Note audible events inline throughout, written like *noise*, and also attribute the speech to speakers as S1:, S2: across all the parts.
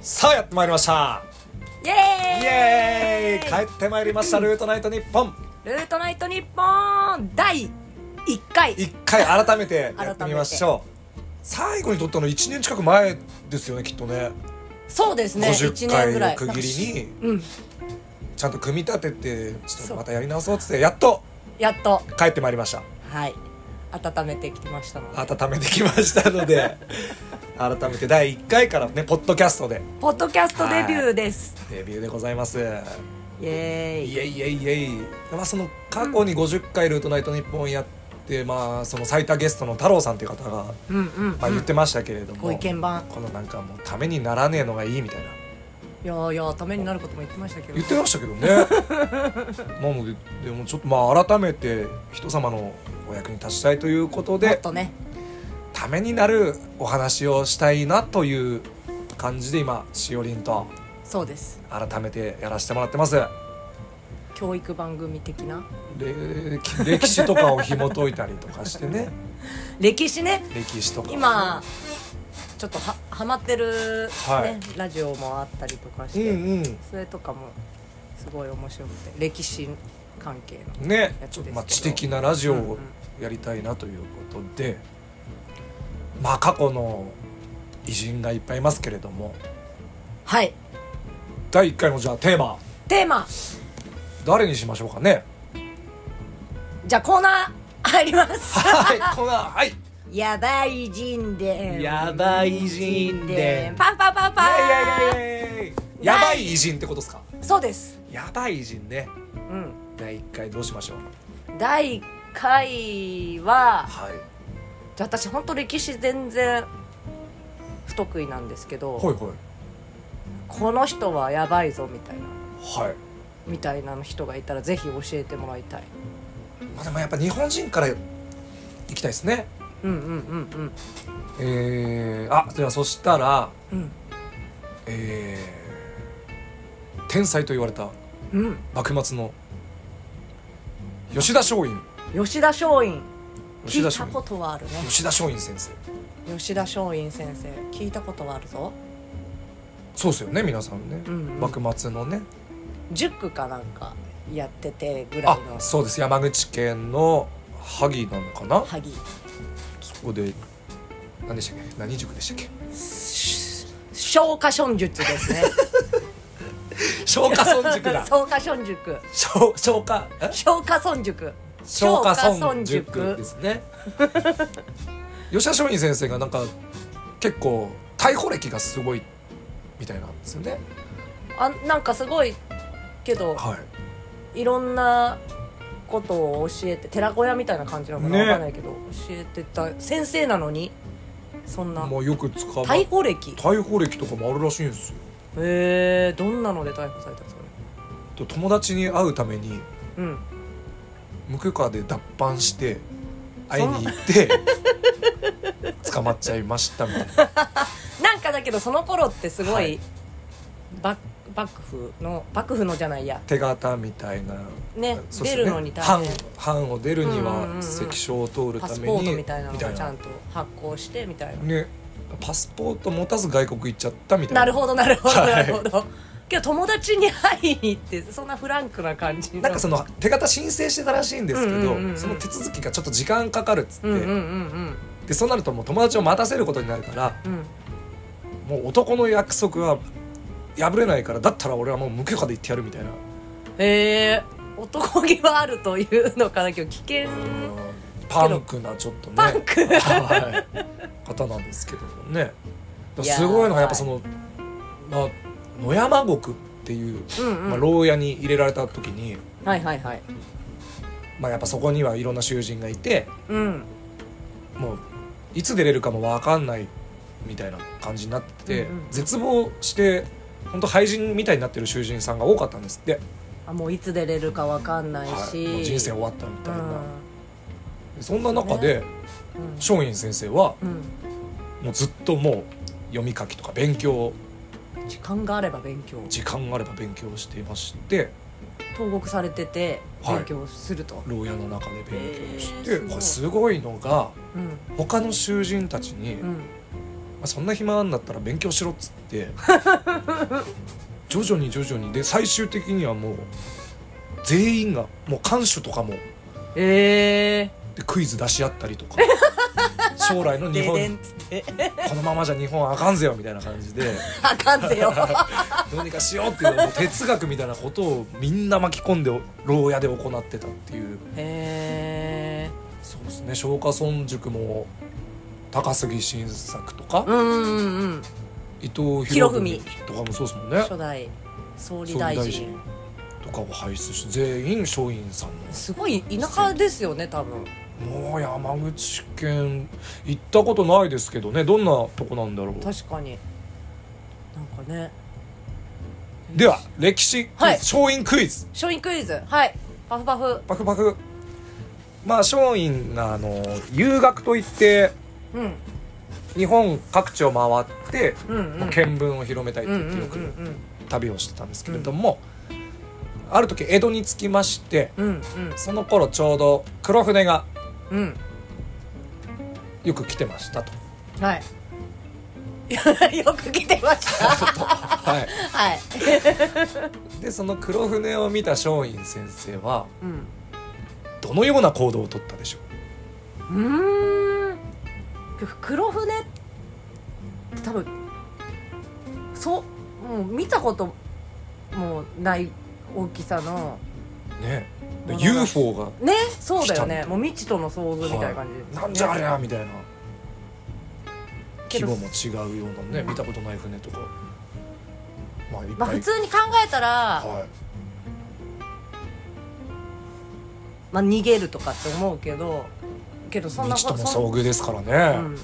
S1: さあやってまいりました
S2: イエーイ
S1: イエーイ帰ってまいりましたルートナイト日本
S2: ルートナイト日本第1回
S1: 一回改め *laughs* てやってみましょう最後に撮ったの1年近く前ですよねきっとね
S2: そうですね1
S1: 50
S2: 年ぐら
S1: 回
S2: い
S1: を区切りに
S2: うん
S1: ちゃんと組み立ててちょっとまたやり直そうっつってやっと
S2: やっと
S1: 帰ってまいりました
S2: はい温めてきましたので
S1: 温めてきましたの *laughs* で改めて第1回からねポッドキャストで
S2: ポッドキャストデビューです
S1: デビューでございます
S2: イエーイ
S1: いえいえいえいまあその過去に50回「ルートナイト日本」やって、まあその最多ゲストの太郎さんっていう方が、
S2: うんうん、
S1: まあ、言ってましたけれども、
S2: ご意見番
S1: このなんかもうためにならねえのがいいみたいない
S2: やいやためになることも言ってましたけど
S1: 言ってましたけどねまあもうでもちょっとまあ改めて人様のお役に立ちたいということ
S2: もっ
S1: で
S2: とね
S1: ためになるお話をしたいなという感じで今しおりんと
S2: そうです
S1: 改めてやらせてもらってます
S2: 教育番組的な
S1: れ歴史とかを紐解いたりとかしてね
S2: 歴史ね
S1: 歴史とか
S2: 今ちょっとはハマってる、ね
S1: はい
S2: ラジオもあったりとかし
S1: う
S2: て、
S1: ん
S2: それとかもすごい面白くて歴史関係の
S1: うんね
S2: やつ
S1: ちょ
S2: です
S1: っと
S2: けど
S1: まあ知的なラジオ
S2: うんう
S1: を
S2: ん
S1: やりたいなということで、まあ過去の偉人がいっぱいいますけれども
S2: はい
S1: 第1回のじゃあテーマ
S2: テーマ
S1: 誰にしましょうかね
S2: じゃあコーナー入り *laughs* ます
S1: *laughs* はいこんなはい
S2: やばい人伝
S1: やばい人伝
S2: パンパンパンパン
S1: イエイエイエイエイやばい偉人ってことですか
S2: そうです
S1: やばい偉人ね
S2: うん
S1: 第1回どうしましょう
S2: 第1回は
S1: はい
S2: じゃあ私本当歴史全然不得意なんですけど、
S1: ほいほい
S2: この人はやばいぞみたいな
S1: はい
S2: みたいな人がいたらぜひ教えてもらいたい
S1: まあでもやっぱ日本人からいきたいですね
S2: うんうんうん
S1: えー、あではそしたら
S2: うん
S1: えー、天才と言われた
S2: うん
S1: 幕末の吉田松陰
S2: うん吉田松陰
S1: 吉田
S2: 聞い
S1: 松
S2: た
S1: 陰
S2: ことはあるね
S1: 吉田松陰先生
S2: 吉田松陰先生聞いたことはあるぞ
S1: そうですよね皆さんね、
S2: うんうん
S1: 幕末のね
S2: 塾かなんかやっててぐら
S1: あ
S2: いの
S1: そうです山口県の萩なのかな
S2: 萩
S1: そこで何でしたっけ何塾でしたっ
S2: 消化村術です
S1: *laughs*
S2: ね
S1: け
S2: *laughs*
S1: 松下村塾だ
S2: 消化
S1: 松
S2: 村塾
S1: 松下え
S2: 消化村塾
S1: 松下
S2: 松下
S1: 村
S2: 村
S1: 塾
S2: 塾
S1: ですね *laughs* 吉田松陰先生がなんか結構逮捕歴がすごいみたいなんですよね
S2: あなんかすごいけど
S1: はい
S2: いろんなことを教えて寺子屋みたいな感じなのかな、
S1: ね
S2: わかんないけど教えてた先生なのにそんな
S1: もうよく捕ま
S2: 逮捕歴へ
S1: 逮捕歴とかもあるらしいんですよ
S2: えどんなので逮捕されたんですかね
S1: と友達に会うために
S2: うん
S1: 無許可で脱藩して会いに行って捕まっちゃいましたみたい
S2: *laughs*
S1: な
S2: なんかだけどその頃ってすごい、
S1: はい
S2: 幕幕府の幕府のじゃないや
S1: 手形みたいな
S2: ね
S1: そうです
S2: 出
S1: よ
S2: るのに大
S1: 藩
S2: 変
S1: 藩を出るに
S2: うんうんう
S1: は
S2: ん
S1: 関所を通る
S2: パ
S1: た
S2: ス
S1: めに
S2: ポートみたいなのを
S1: み
S2: ち
S1: たい
S2: ゃ
S1: なん
S2: と発行してみたいな、
S1: ねパスポート持たず外国行っちゃったみたいな
S2: なるほどなるほど
S1: はい
S2: なるほど、けど友達に会いに行ってそんなフランクな感じの
S1: なんかその手形申請してたらしいんですけど、
S2: うんうんうんうん
S1: その手続きがちょっと時間かかるっつって、
S2: うんうんうん
S1: でそうなるともう友達を待たせることになるから
S2: うんうん
S1: もう男の約束は破れないからだったら俺はもう無許可で行ってやるみたいな
S2: えー、男気はあるというのかなけど危険
S1: パンクなちょっとね
S2: パンク
S1: はい、方なんですけどもねだからすごいのがやっぱその、まあ、野山獄っていう、
S2: うんうん
S1: まあ、牢屋に入れられた時に、
S2: はいはいはい
S1: まあ、やっぱそこにはいろんな囚人がいて
S2: うん
S1: もういつ出れるかも分かんないみたいな感じになってて、
S2: うんうん
S1: 絶望して本当廃人みたいになってる囚人さんが多かったんですって、
S2: あもういつ出れるかわかんない
S1: はい
S2: し、
S1: もう人生終わったみたいな、
S2: う
S1: そんな中で
S2: ん
S1: 松陰先生は
S2: うん、うん
S1: もうずっともう読み書きとか勉強を
S2: 時間があれば勉強
S1: 時間があれば勉強していまして
S2: 投獄されてて
S1: はい
S2: 勉強すると、
S1: 牢屋の中で勉強して、
S2: えーすごい
S1: これすごいのが
S2: うん
S1: 他の囚人たちに
S2: うん
S1: あ、そんな暇あんだったら勉強しろっつって
S2: *laughs*
S1: 徐々に徐々にで最終的にはもう全員がもう看守とかも
S2: え
S1: でクイズ出し合ったりと
S2: *laughs*
S1: か将来の
S2: ー、
S1: 日
S2: ででん
S1: 本
S2: っつって
S1: このままじゃ日本あかんぜよみたいな感じで
S2: *laughs* あかん
S1: *laughs*
S2: ぜよ
S1: どうにかしようっていうもう哲学みたいなことをみんな巻き込んで牢屋で行ってたっていう
S2: へえ
S1: そうですね松下村塾も高杉晋作とか、
S2: ー、うんうんうん
S1: 伊藤博
S2: 博
S1: 文
S2: 文
S1: とかもそうですもんね
S2: 初代総理大臣
S1: 総理大臣とかを輩出して全員松陰さん
S2: すごい田舎ですよね多分
S1: のもう山口県行ったことないですけどねどんなとこなんだろう
S2: 確かになんかね
S1: では歴史クイズ、
S2: はい
S1: 松陰クイズ
S2: 松陰クイズはいパフパフ
S1: パクパクまあ松陰があの遊学といって
S2: うん
S1: 日本各地を回って、
S2: うんうん
S1: もう見聞を広めたいと
S2: うんう
S1: 言
S2: ん
S1: っ
S2: う
S1: て
S2: ん
S1: よく旅をしてたんですけれども、ある時江戸に着きまして
S2: うんうん
S1: その頃ちょうど黒船が
S2: うん
S1: よく来てま
S2: *laughs*
S1: したと。
S2: うんはい *laughs* よく来てました
S1: はい
S2: はい
S1: でその黒船を見た松陰先生は
S2: うん
S1: どのような行動をとったでしょ
S2: うーん黒船って多分そうもう見たこともない大きさの
S1: うねで
S2: 物語
S1: UFO が
S2: ねそうだよ
S1: 来たん
S2: ね
S1: だ
S2: もう未知との遭遇みたいな感じ
S1: 「なんじゃありゃ」みたいな
S2: け
S1: 規
S2: ど
S1: 模も違うようなね見たことない船とかまあいっ
S2: まあ
S1: ぱ
S2: 普
S1: い、
S2: 通に考えたら、
S1: はい、
S2: まあ逃げるとかって思うけどけどそんな
S1: 未知と
S2: こと
S1: も
S2: そん
S1: 遭遇ですからね、
S2: うん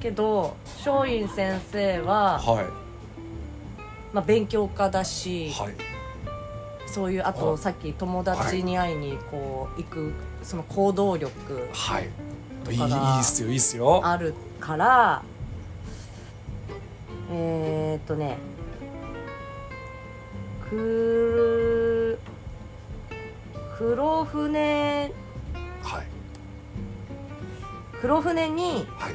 S2: けど松陰先生は、
S1: は
S2: まあ、勉強家だ
S1: い
S2: し、
S1: はい
S2: そういうあと
S1: はい
S2: さっき友達に会いにこう行くその行動力
S1: はいいい
S2: だから
S1: いいっすよいいっすよ
S2: あるからえー、っとねく黒船
S1: はい
S2: 黒船に
S1: はい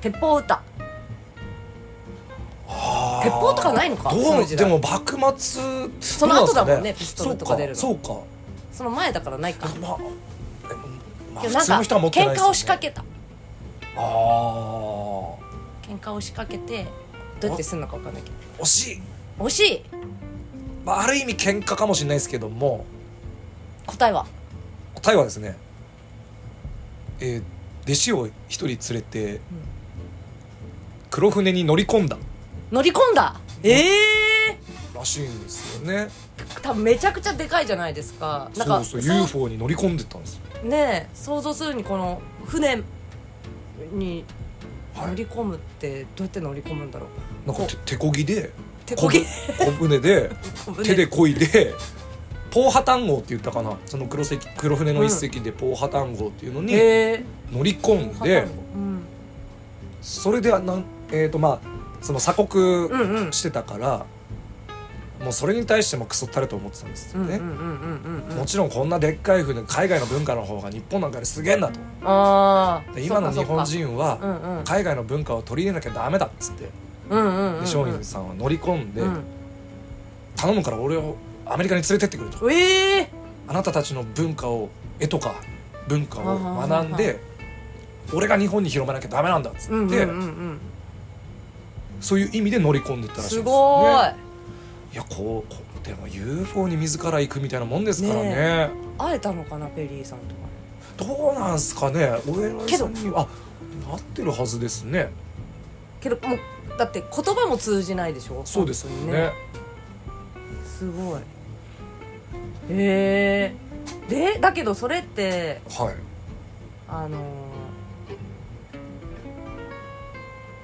S2: 鉄砲を撃った
S1: あー
S2: 鉄砲とかないのかそ
S1: ど
S2: の
S1: う
S2: 時
S1: で
S2: 代
S1: も幕末
S2: その後だも
S1: どうなん
S2: んね
S1: ですか
S2: ピストルとか出るの
S1: そうかそうか
S2: その前だからないか
S1: まあ、でもまあ、
S2: け
S1: 普
S2: どなん
S1: 通
S2: か
S1: の人は持ってない
S2: 喧
S1: です
S2: 嘩
S1: よ、ね、
S2: を仕掛けた
S1: ああ
S2: 喧嘩を仕掛けてどうやってするのか分かんないけ
S1: 惜しい、
S2: ど惜しい
S1: まあ、ある意味喧嘩かもしれないですけども
S2: 答えは
S1: 答えはですねえー弟子を一人連れて黒船に乗り込んだ
S2: 乗り込んだええ
S1: らしいんですよね
S2: ー、多分めちゃくちゃでかいじゃないですかなん
S1: そ
S2: か
S1: うそう UFO に乗り込んでったんですよ
S2: ねえ想像するにこの船に
S1: は
S2: 乗
S1: い
S2: り込むってどうやって乗り込むんだろう
S1: なんか
S2: こ
S1: 手手こぎで
S2: 手こぎ
S1: こぶ小舟で手でこいでポーハタン号って言ったかなその黒石黒船の一隻でポーハタン号っていうのに
S2: へえ
S1: 乗り込んで、
S2: うん、
S1: それであなん、えーとまあ、その鎖国
S2: うんうん
S1: してたから、もうそれに対してもクソったれと思ってたんです
S2: う
S1: よ
S2: んうんうん
S1: ね、
S2: うんうん
S1: もちろんこんなでっかい船海外の文化の方が日本なんかですげえんだと
S2: ああ
S1: で今の日本人
S2: う
S1: は
S2: んうん
S1: 海外の文化を取り入れなきゃダメだっつってで
S2: うんうんうんうん
S1: 松陰さんは乗り込んで、
S2: うん
S1: 頼むから俺をアメリカに連れてってくれと
S2: ええ
S1: あなたたちの文化を絵とか文化
S2: はは
S1: を
S2: は
S1: 学んで俺が日本に広めなきゃダメなんだっつって、
S2: うんうんうん
S1: そういう意味で乗り込んでった
S2: う
S1: らしいんで
S2: ん
S1: すすよね
S2: ごーい
S1: いやこうこうでも UFO に自ら行くみたいなもんですからね
S2: ね会えたのかなペリーさんとか
S1: どうなんすかねお偉い
S2: け
S1: さ
S2: ど
S1: んにはあなってるはずですね
S2: けどもうだって言葉も通じないでしょ
S1: そうですよね
S2: すごいへえでだけどそれって
S1: はい
S2: あの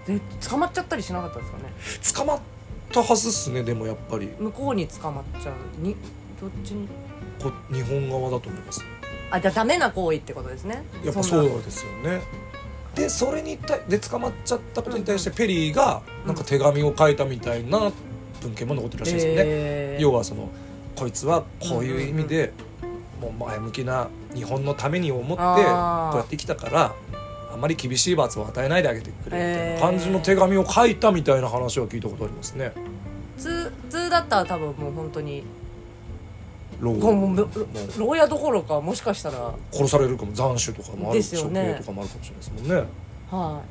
S2: ー、で捕まっちゃったりしなかったんですか
S1: 捕
S2: ね
S1: まったはずっすねでもやっぱり
S2: 向こうに捕まっちゃうにどっちに
S1: こ日本側だと思います
S2: あじゃあダメな行為ってことですね
S1: やっぱ
S2: んな
S1: そうですよねでそれに対で捕まっちゃったことに対してペリーがなんか手紙を書いたみたいな文献も残ってるらしいですよね、
S2: へー
S1: 要はそのこいつはこういう意味でもう前向きな日本のために思ってこう
S2: あー
S1: やってきたからあんまり厳しい罰を与えないであげてくれみたい
S2: へー
S1: な感じの手紙を書いたみたいな話は聞いたことありますね。
S2: 通通だったら多分もう本当に
S1: 牢
S2: もうもう
S1: も
S2: も
S1: う
S2: う牢屋どころかもしかしたら
S1: 殺されるかも斬首とかもある
S2: ですよね
S1: 処刑とかもあるかもしれないですもんね。
S2: は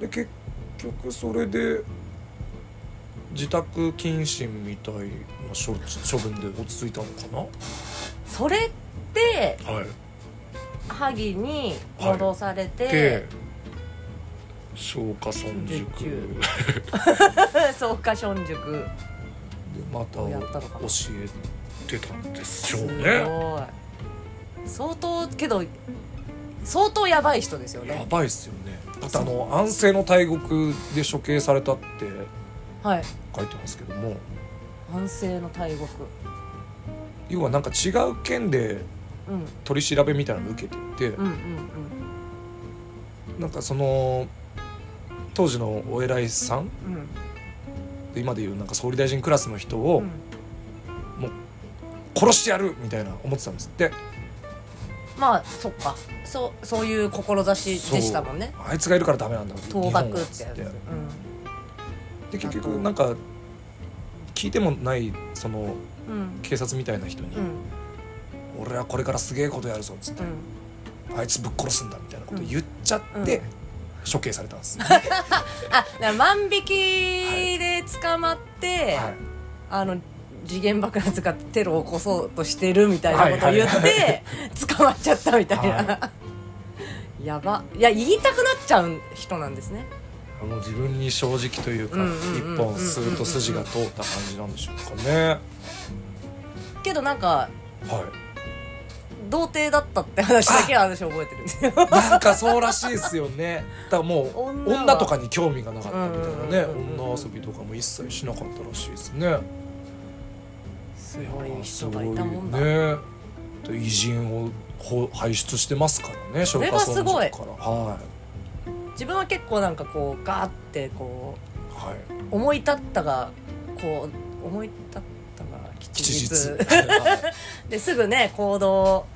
S1: で結局それで自宅謹慎みたいな処処分で落ち着いたのか
S2: いそれって
S1: なはい
S2: 萩に戻されて、
S1: で松下村塾で
S2: 19 *laughs* 草加小塾
S1: また
S2: やったのかな
S1: 教えてたんでし
S2: す
S1: ょう
S2: ごい
S1: ね
S2: 相当けど相当やばい人ですよ
S1: や
S2: ね
S1: ばいっすよねだってあの安政の大獄で処刑されたって
S2: はい
S1: 書いてますけども
S2: 反省の大獄
S1: 要はなんか違う件で
S2: うん
S1: 取り調べみたいなの受けてて、
S2: うんうん
S1: なんかその当時のお偉いさん
S2: うんうん
S1: 今でいうなんか総理大臣クラスの人を
S2: うん
S1: 殺してやるみたいな思ってたんですって
S2: まあそっかそうそういう志でしたもんね
S1: あいつがいるからダメなんだ
S2: 倒
S1: 日本
S2: 幕
S1: は
S2: ってやつ、うん、
S1: で結局なんか聞いてもないその
S2: うん
S1: 警察みたいな人に
S2: うん
S1: 「俺はこれからすげえことやるぞ」っつって
S2: う
S1: 「
S2: ん
S1: あいつぶっ殺すんだ」みたいなこと
S2: うん
S1: 言っちゃっ
S2: う
S1: て
S2: ん
S1: 処刑されたんです。
S2: あだから万引きで捕まって、
S1: はい
S2: あの次元爆発がテロを起こそうとしてるみたいなことを言って、
S1: はいは
S2: 捕まっちゃったみたいな、
S1: は
S2: やばいや言いたくなっちゃう人なんですね
S1: あの自分に正直というか
S2: うんうんうん
S1: 一本スーッと筋が通った感じなんでしょうかね。
S2: けどなんか
S1: は
S2: 童貞だったって話だけは私覚えてるんですよ
S1: い、なんかそうらしいですよねだからもう
S2: 女は
S1: 女とかに興味がなかったみたいな
S2: うんうんうんう
S1: ね
S2: ん
S1: 女遊びとかも一切しなかったらしいですね。
S2: すごい人がいたもんだ、
S1: すごいねで偉人をほ輩出してますからね
S2: それはすごい
S1: 松下村塾からは
S2: 自分は結構なんかこうガーってこ
S1: いはい
S2: 思い立ったがこう思い立ったが
S1: い
S2: 吉
S1: 吉
S2: 日
S1: 日
S2: *laughs* ですぐね行動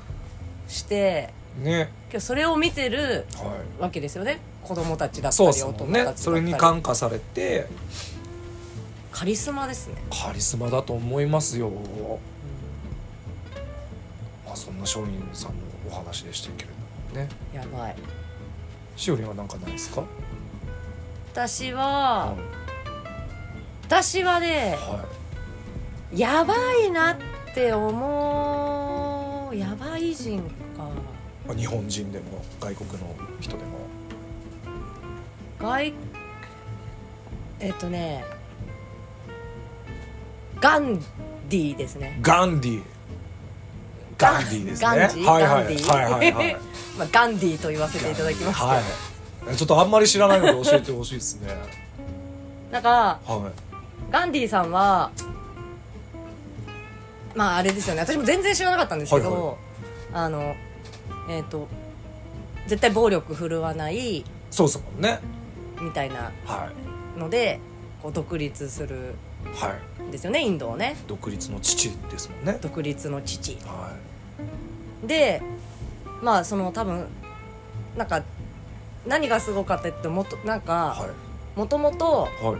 S2: して
S1: ね
S2: けどそれを見てる
S1: は
S2: わけですよね子供たち
S1: い
S2: だった
S1: そうで
S2: り大
S1: す
S2: 人
S1: もん
S2: たちだ
S1: ね
S2: ったり
S1: それに感化されて
S2: カリスマですね、
S1: カリスマだと思いますよまあそんな商人さんのお話でしたけれどもね
S2: うんやばい
S1: しおりんは何かないですか
S2: 私
S1: は
S2: は私はね
S1: いは
S2: やばいなって思うやばい人か
S1: いまあ日本人でも外国の人でも
S2: 外えっとねガンディーですね
S1: ガンディガンディですね
S2: ガンジー
S1: はいはい
S2: ガンディ
S1: はいはいはい
S2: *laughs* まあ、ガンディーと言わせて *laughs* いただきますけど、
S1: はい。ちょっとあんまり知らないので教えてほしいですね。
S2: なんか
S1: は
S2: ガンディーさんはまああれですよね私も全然知らなかったんですけど、
S1: はいは
S2: あのえっ、と絶対暴力振るわない
S1: い。そうですもんね。
S2: みたいな
S1: はい。
S2: のでこう独立する
S1: はい。
S2: んですよねインドをね
S1: 独立の父ですもんね。
S2: 独立の父
S1: は
S2: でまあその多分なんか何がすごかったってもとなん
S1: い。
S2: か
S1: は
S2: もともと
S1: い。はい。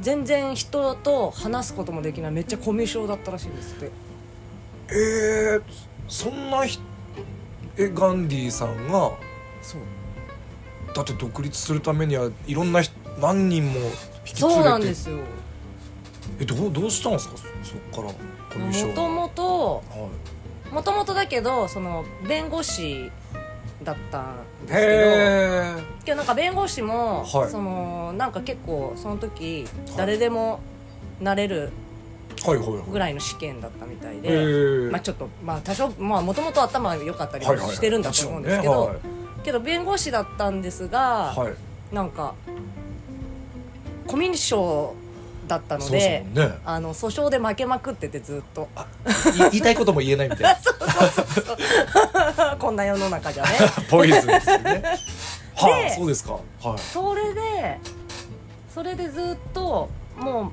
S2: 全然人と話すこともできないめっちゃコミュ障だったらしいんですって
S1: えー、そんなひえガンディさんが
S2: そう
S1: だって独立するためにはいろんなひ何人も引き連れて
S2: そうなんですよ
S1: えどうどうしたんですかそそっからコミュ
S2: も
S1: 障
S2: ともと
S1: は
S2: もともとだけどその弁護士だったん
S1: い
S2: ですけ
S1: へえ
S2: どけどなんか弁護士も、
S1: はい
S2: そのなんか結構その時
S1: はい
S2: 誰でもなれる
S1: はいはいはい
S2: ぐらいの試験だったみたい
S1: へ
S2: で、
S1: ー
S2: まあ、ちょっとまあ多少まあもともと頭良かったりも
S1: はいはい
S2: してるんだと思うんですけど、
S1: もちろんね
S2: けど弁護士だったんですが、
S1: はいはい
S2: なんかコミュ障だったの
S1: そうです
S2: で
S1: もんね
S2: あの訴訟で負けまくっててずっと *laughs*
S1: い *laughs* 言いたいことも言えないみたいな
S2: こんな世の中じゃね
S1: ポイズンですね。はあ、
S2: で
S1: そうですか。はい。
S2: それでそれでずっとも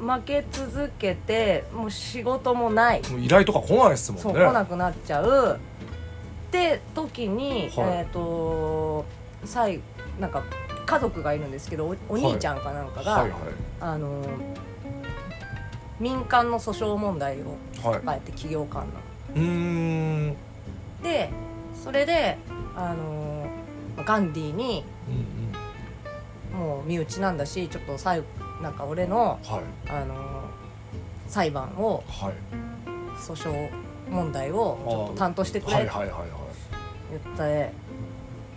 S2: う負け続けてもう仕事もない
S1: もう依頼とか来ないですも
S2: そ
S1: ん
S2: う
S1: ね。
S2: 来なくなっちゃうって時に、
S1: はい
S2: えっ、と最なんか家族がいるんですけどおお兄ちゃんかなんかが、
S1: はいは
S2: あの民間の訴訟問題を
S1: いはい
S2: 抱えて起業家なの。
S1: うーんうん
S2: でそれであのガンディーに
S1: うん
S2: もう身内なんだしちょっと最後なんか俺の
S1: はい
S2: あの裁判を
S1: はい
S2: 訴訟問題をちょっと担当してく
S1: は
S2: れ
S1: い
S2: って
S1: はいはいは
S2: 言って、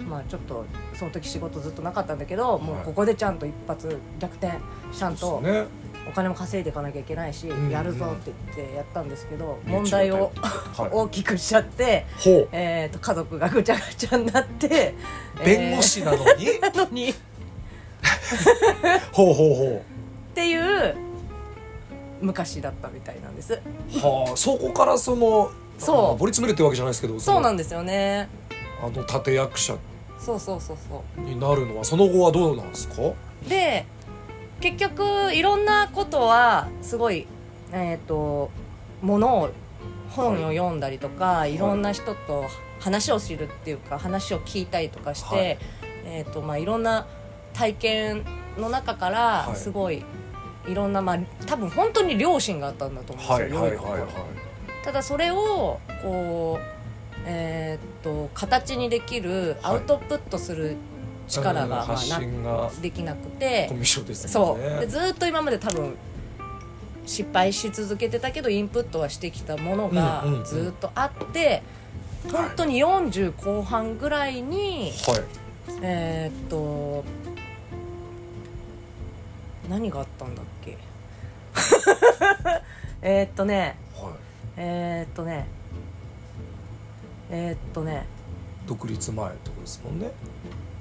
S2: まあちょっとその時仕事ずっとなかったんだけど、もう
S1: はい
S2: ここでちゃんと一発逆転ちゃん
S1: いそ
S2: と
S1: うですね
S2: お金も稼いでいかなきゃいけないし、
S1: うんうん
S2: やるぞって言ってやったんですけど、
S1: 身内
S2: 問題
S1: の
S2: *laughs* を
S1: はい
S2: 大きくしちゃって、
S1: ほう
S2: えー、と家族がぐちゃぐちゃになって
S1: *laughs* 弁護、士なのに
S2: えーなのにっ
S1: ほうほうほう
S2: ていう昔だったみたいなんです
S1: はあそこからその
S2: そう
S1: まあ、掘り詰めるってわけじゃないですけど
S2: そうなんんですよね
S1: あの立役者
S2: そうそうそうそう
S1: になるのはその後はどうなんですか
S2: で結局いろんなことはすごいえっ、とものを本を読んだりとか、い、ろんな人と話を知るっていうか話を聞いたりとかして、
S1: はい
S2: えっとまあ、いろんな体験の中から
S1: はい
S2: すごい、い、ろんな、まあ、多分本当に良心があったんだと思うん
S1: はい
S2: ですよ、
S1: はいはい
S2: 世の中
S1: はい
S2: ただそれをこう、えっと形にできるアウトプットする力が、まあ
S1: 発信が
S2: なできなくて
S1: コミュ障ですもん
S2: そうで
S1: ね
S2: ずーっと今まで多分失敗し続けてたけどインプットはしてきたものが
S1: うんうんうん
S2: ずーっとあって、
S1: はい
S2: 本当に40後半ぐらいに、
S1: はい
S2: えーっと何があったんだっけ *laughs* えーっとね
S1: はい
S2: えーっとねえーっとね
S1: 独立前ってことですもんね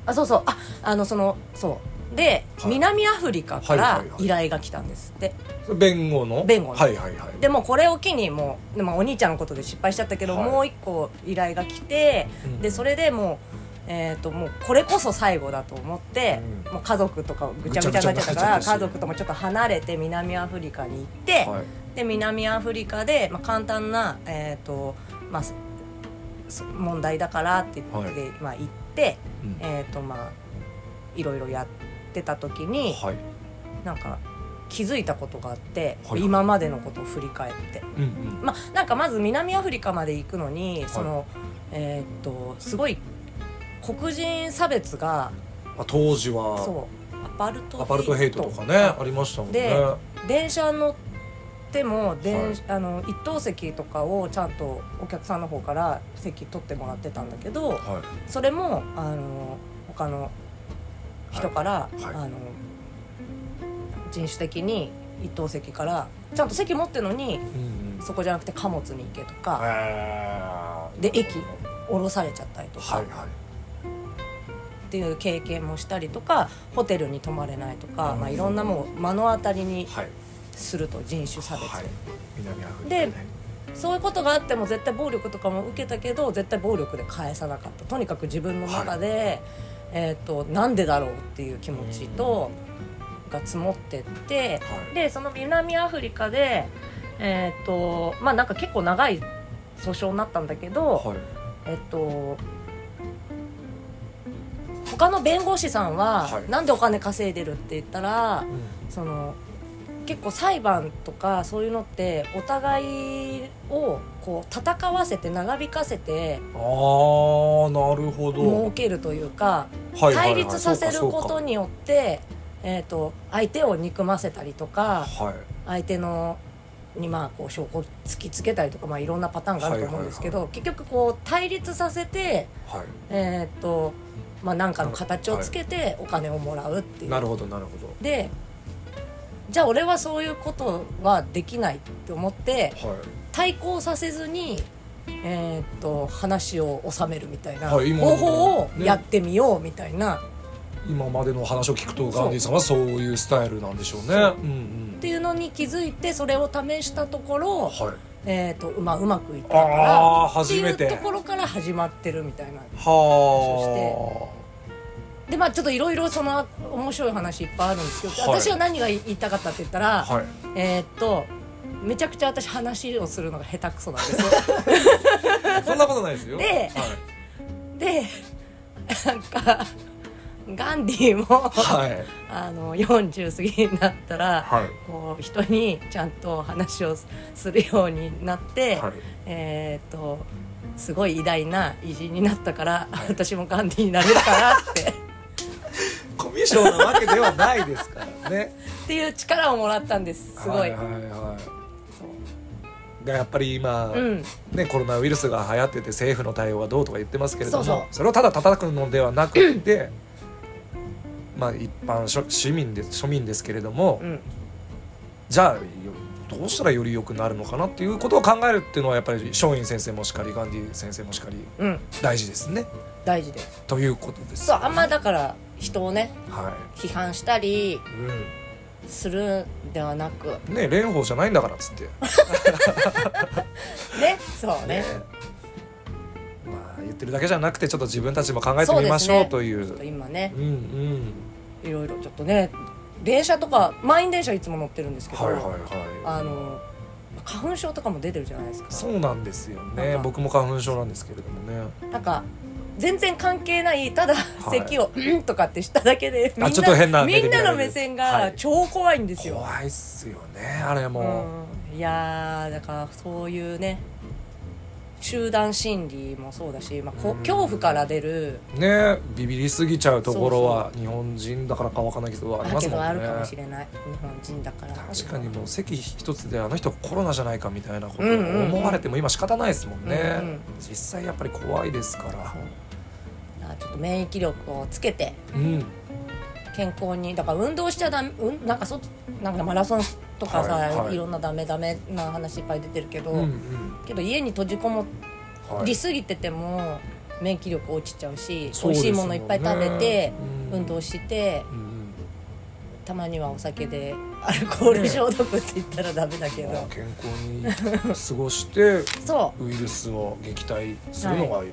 S2: あそうそうああのそのそうで、
S1: はい
S2: 南アフリカか
S1: はい
S2: ら
S1: はいはい
S2: 依頼が来たんですって、
S1: それ弁護の
S2: 弁護の
S1: はいはいはい
S2: でもこれを機にもうでもお兄ちゃんのことで失敗しちゃったけど、
S1: はい
S2: もう一個依頼が来て、
S1: うん
S2: でそれでもう,、えー、ともうこれこそ最後だと思って、
S1: うん
S2: もう家族とかぐちゃぐちゃになっちゃ
S1: ぐちゃぐ
S2: ったから
S1: ちゃになっちゃったし
S2: 家族ともちょっと離れて南アフリカに行って、
S1: はい
S2: で南アフリカで、まあ、簡単な、えーとまあ、そそ問題だからって言って、まあ、行って、
S1: うん
S2: えーとまあ、いろいろやってた時に、
S1: はい
S2: なんか気づいたことがあって、
S1: はい
S2: 今までのことを振り返って。
S1: うんうん
S2: まあ、なんかまず南アフリカまで行くのに、そのえーっとすごい黒人差別が
S1: あ当時は
S2: そうアパルト
S1: アパルトヘイトとかねありましたもんね
S2: で電車乗っても電、
S1: はい
S2: あの一等席とかをちゃんとお客さんの方から席取ってもらってたんだけど
S1: は
S2: それもあの他の人から、
S1: いはい
S2: あの人種的に一等席からちゃんと席持ってるの
S1: い
S2: に
S1: うんうん
S2: そこじゃなくて貨物に行けとか。
S1: へー
S2: で駅降ろされちゃったりとか、
S1: はいはい
S2: っていう経験もしたりとかホテルに泊まれないとか、
S1: うん
S2: まあ、いろんなもう目の当たりに
S1: はい
S2: すると人種差別、
S1: はい南アフリカ
S2: で
S1: ね
S2: そういうことがあっても絶対暴力とかも受けたけど絶対暴力で返さなかったとにかく自分の中で、えー、となんでだろうっていう気持ちと、が積もってって
S1: はい
S2: でその南アフリカで、えーとまあ、なんか結構長い訴訟になったんだけど、
S1: はい
S2: えっと他の弁護士さんは、
S1: はい
S2: なんでお金稼いでるって言ったら
S1: うん
S2: その結構裁判とかそういうのってお互いをこう戦わせて長引かせて
S1: あーなるほ
S2: 儲
S1: ど
S2: けるというか
S1: はいはい
S2: 対
S1: はい
S2: 立させることによって、えっと相手を憎ませたりとか
S1: そうかそうかはい
S2: 相手のにまあこう証拠を突きつけたりとか、まあ、いろんなパターンがあると思うんですけど、結局こう対立させて
S1: は
S2: えーっとまあ何かの形をつけてお金をもらうってい、
S1: いうなるほどなるほど
S2: でじゃあ俺はそういうことはできないって思って
S1: はい
S2: 対抗させずに、えーっと話を収めるみたいな
S1: は
S2: 方
S1: い今の
S2: 法を
S1: ね
S2: やってみようみたいな、
S1: 今までの話を聞くとガンディさんはそういうスタイルなんでしょうねうんうん
S2: っていうのに気づいてそれを試したところ、
S1: はい
S2: えーっとまあ、うまくいった
S1: あー
S2: からって
S1: 初
S2: い
S1: め
S2: う
S1: て
S2: ところから始まってるみたいな
S1: は
S2: でまあちょっといろいろその面白い話いっぱいあるんですけど、
S1: はい
S2: 私は何が言いたかったって言った
S1: あ
S2: ら、
S1: はい
S2: えーっと
S1: *laughs*
S2: めちゃくちゃ私話をするのが下手くそなんですよ
S1: そんなことないですよ
S2: で
S1: はい
S2: でなんかガンディも
S1: はい
S2: あの40過ぎになったら、
S1: はい
S2: こう人にちゃんと話をするようになって、
S1: はい
S2: えーっとすごい偉大な偉人になったから私もガンディになれるからって
S1: *laughs* コミュ障なわけではないですからね
S2: っていう力をもらったん *laughs* ですすごい、
S1: はいはいは
S2: そ
S1: いがやっぱり今、
S2: ううん
S1: ね、コロナウイルスが流行ってて政府の対応はどうとか言ってますけれども
S2: そうそう
S1: れをただ叩くのではなく
S2: *clears throat*
S1: て、まあ一般庶市民で庶民ですけれども、
S2: うん
S1: じゃあよどうしたらより良くなるのかなっていうことを考えるっていうのはやっぱり松陰先生もしかりガンディ先生もしかり
S2: うん
S1: 大事ですね
S2: 大事です
S1: ということです。
S2: そうあんまだから人をね
S1: は
S2: 批判したり
S1: いうん
S2: するんではなく
S1: ね蓮舫じゃないんだからっつって
S2: ねそうね
S1: まあ言ってるだけじゃなくてちょっと自分たちも考えてみましょうという
S2: ちょっと今ね
S1: うんうん
S2: いろいろちょっとね電車とか満員電車いつも乗ってるんですけど、
S1: はいはいはい
S2: あの花粉症とかも出てるじゃないですか
S1: そうなんですよ
S2: なん
S1: ね
S2: か
S1: 僕も花粉症なんですけれどもね
S2: なんか全然関係ないただ
S1: い
S2: 咳を「うん」とかってしただけでみん
S1: ちょっと変な
S2: な
S1: 目で見
S2: みん
S1: られ
S2: な
S1: る
S2: の目線
S1: は
S2: が
S1: い
S2: 超怖いんですよ、
S1: 怖いっすよねあれも
S2: うん、いやーだからそういうね集団心理もそうだし、まあ、こ
S1: うん
S2: 恐怖から出る
S1: ねビビりすぎちゃうところは日本人だからかわかんないけどあり
S2: だ
S1: ます
S2: け
S1: も
S2: どあるかも
S1: ん
S2: し
S1: ね
S2: れない日本人だから
S1: 確かにもう席一つであの人コロナじゃないかみたいなことを
S2: うんうんうん
S1: 思われても今仕方ないですもんね
S2: うんうん
S1: 実際やっぱり怖いですから
S2: そうだからちょっと免疫力をつけて
S1: うん
S2: 健康にだから運動しちゃダメ、うん、なんかそなんかマラソンとかさ、
S1: はい
S2: い
S1: はい
S2: ろんなダメダメな話いっぱい出てるけど、
S1: うんうん
S2: けど家に閉じこも
S1: はい
S2: りすぎてても免疫力落ちちゃうし、
S1: そ
S2: 美
S1: うです
S2: 味しい
S1: よね
S2: ものいっぱい食べて、
S1: うん
S2: 運動して
S1: うんうん
S2: たまにはお酒でアルコール消毒って言ったらダメだけど、
S1: まあ健康に過ごして
S2: そ
S1: ウイルスを撃退するのがいい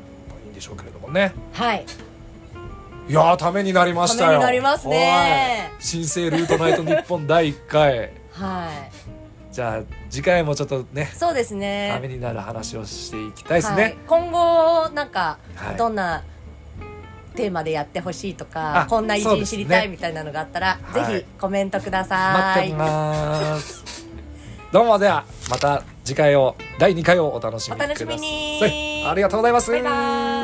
S1: んでしょうけれどもね、
S2: うはい
S1: い、やーためになりましたよ
S2: ためになりますね
S1: はい新生ルートナイト日本第1回
S2: は
S1: じゃあ次回もちょっとね
S2: いそうです
S1: ため
S2: ね
S1: になる話をしていきたいです
S2: はい
S1: ね、、
S2: 今後なんか、
S1: はい
S2: どんなテーマでやってほしいと
S1: あ
S2: かこんな偉
S1: そうで
S2: 人
S1: す
S2: 知
S1: ね
S2: りたいみたいなのがあったら、
S1: はい
S2: ぜひコメントくださ
S1: 待っ
S2: い
S1: てますどうもではまた次回を第2回をお楽しみく
S2: お
S1: ださい
S2: 楽しみに
S1: ありがとうございます
S2: バイバーイ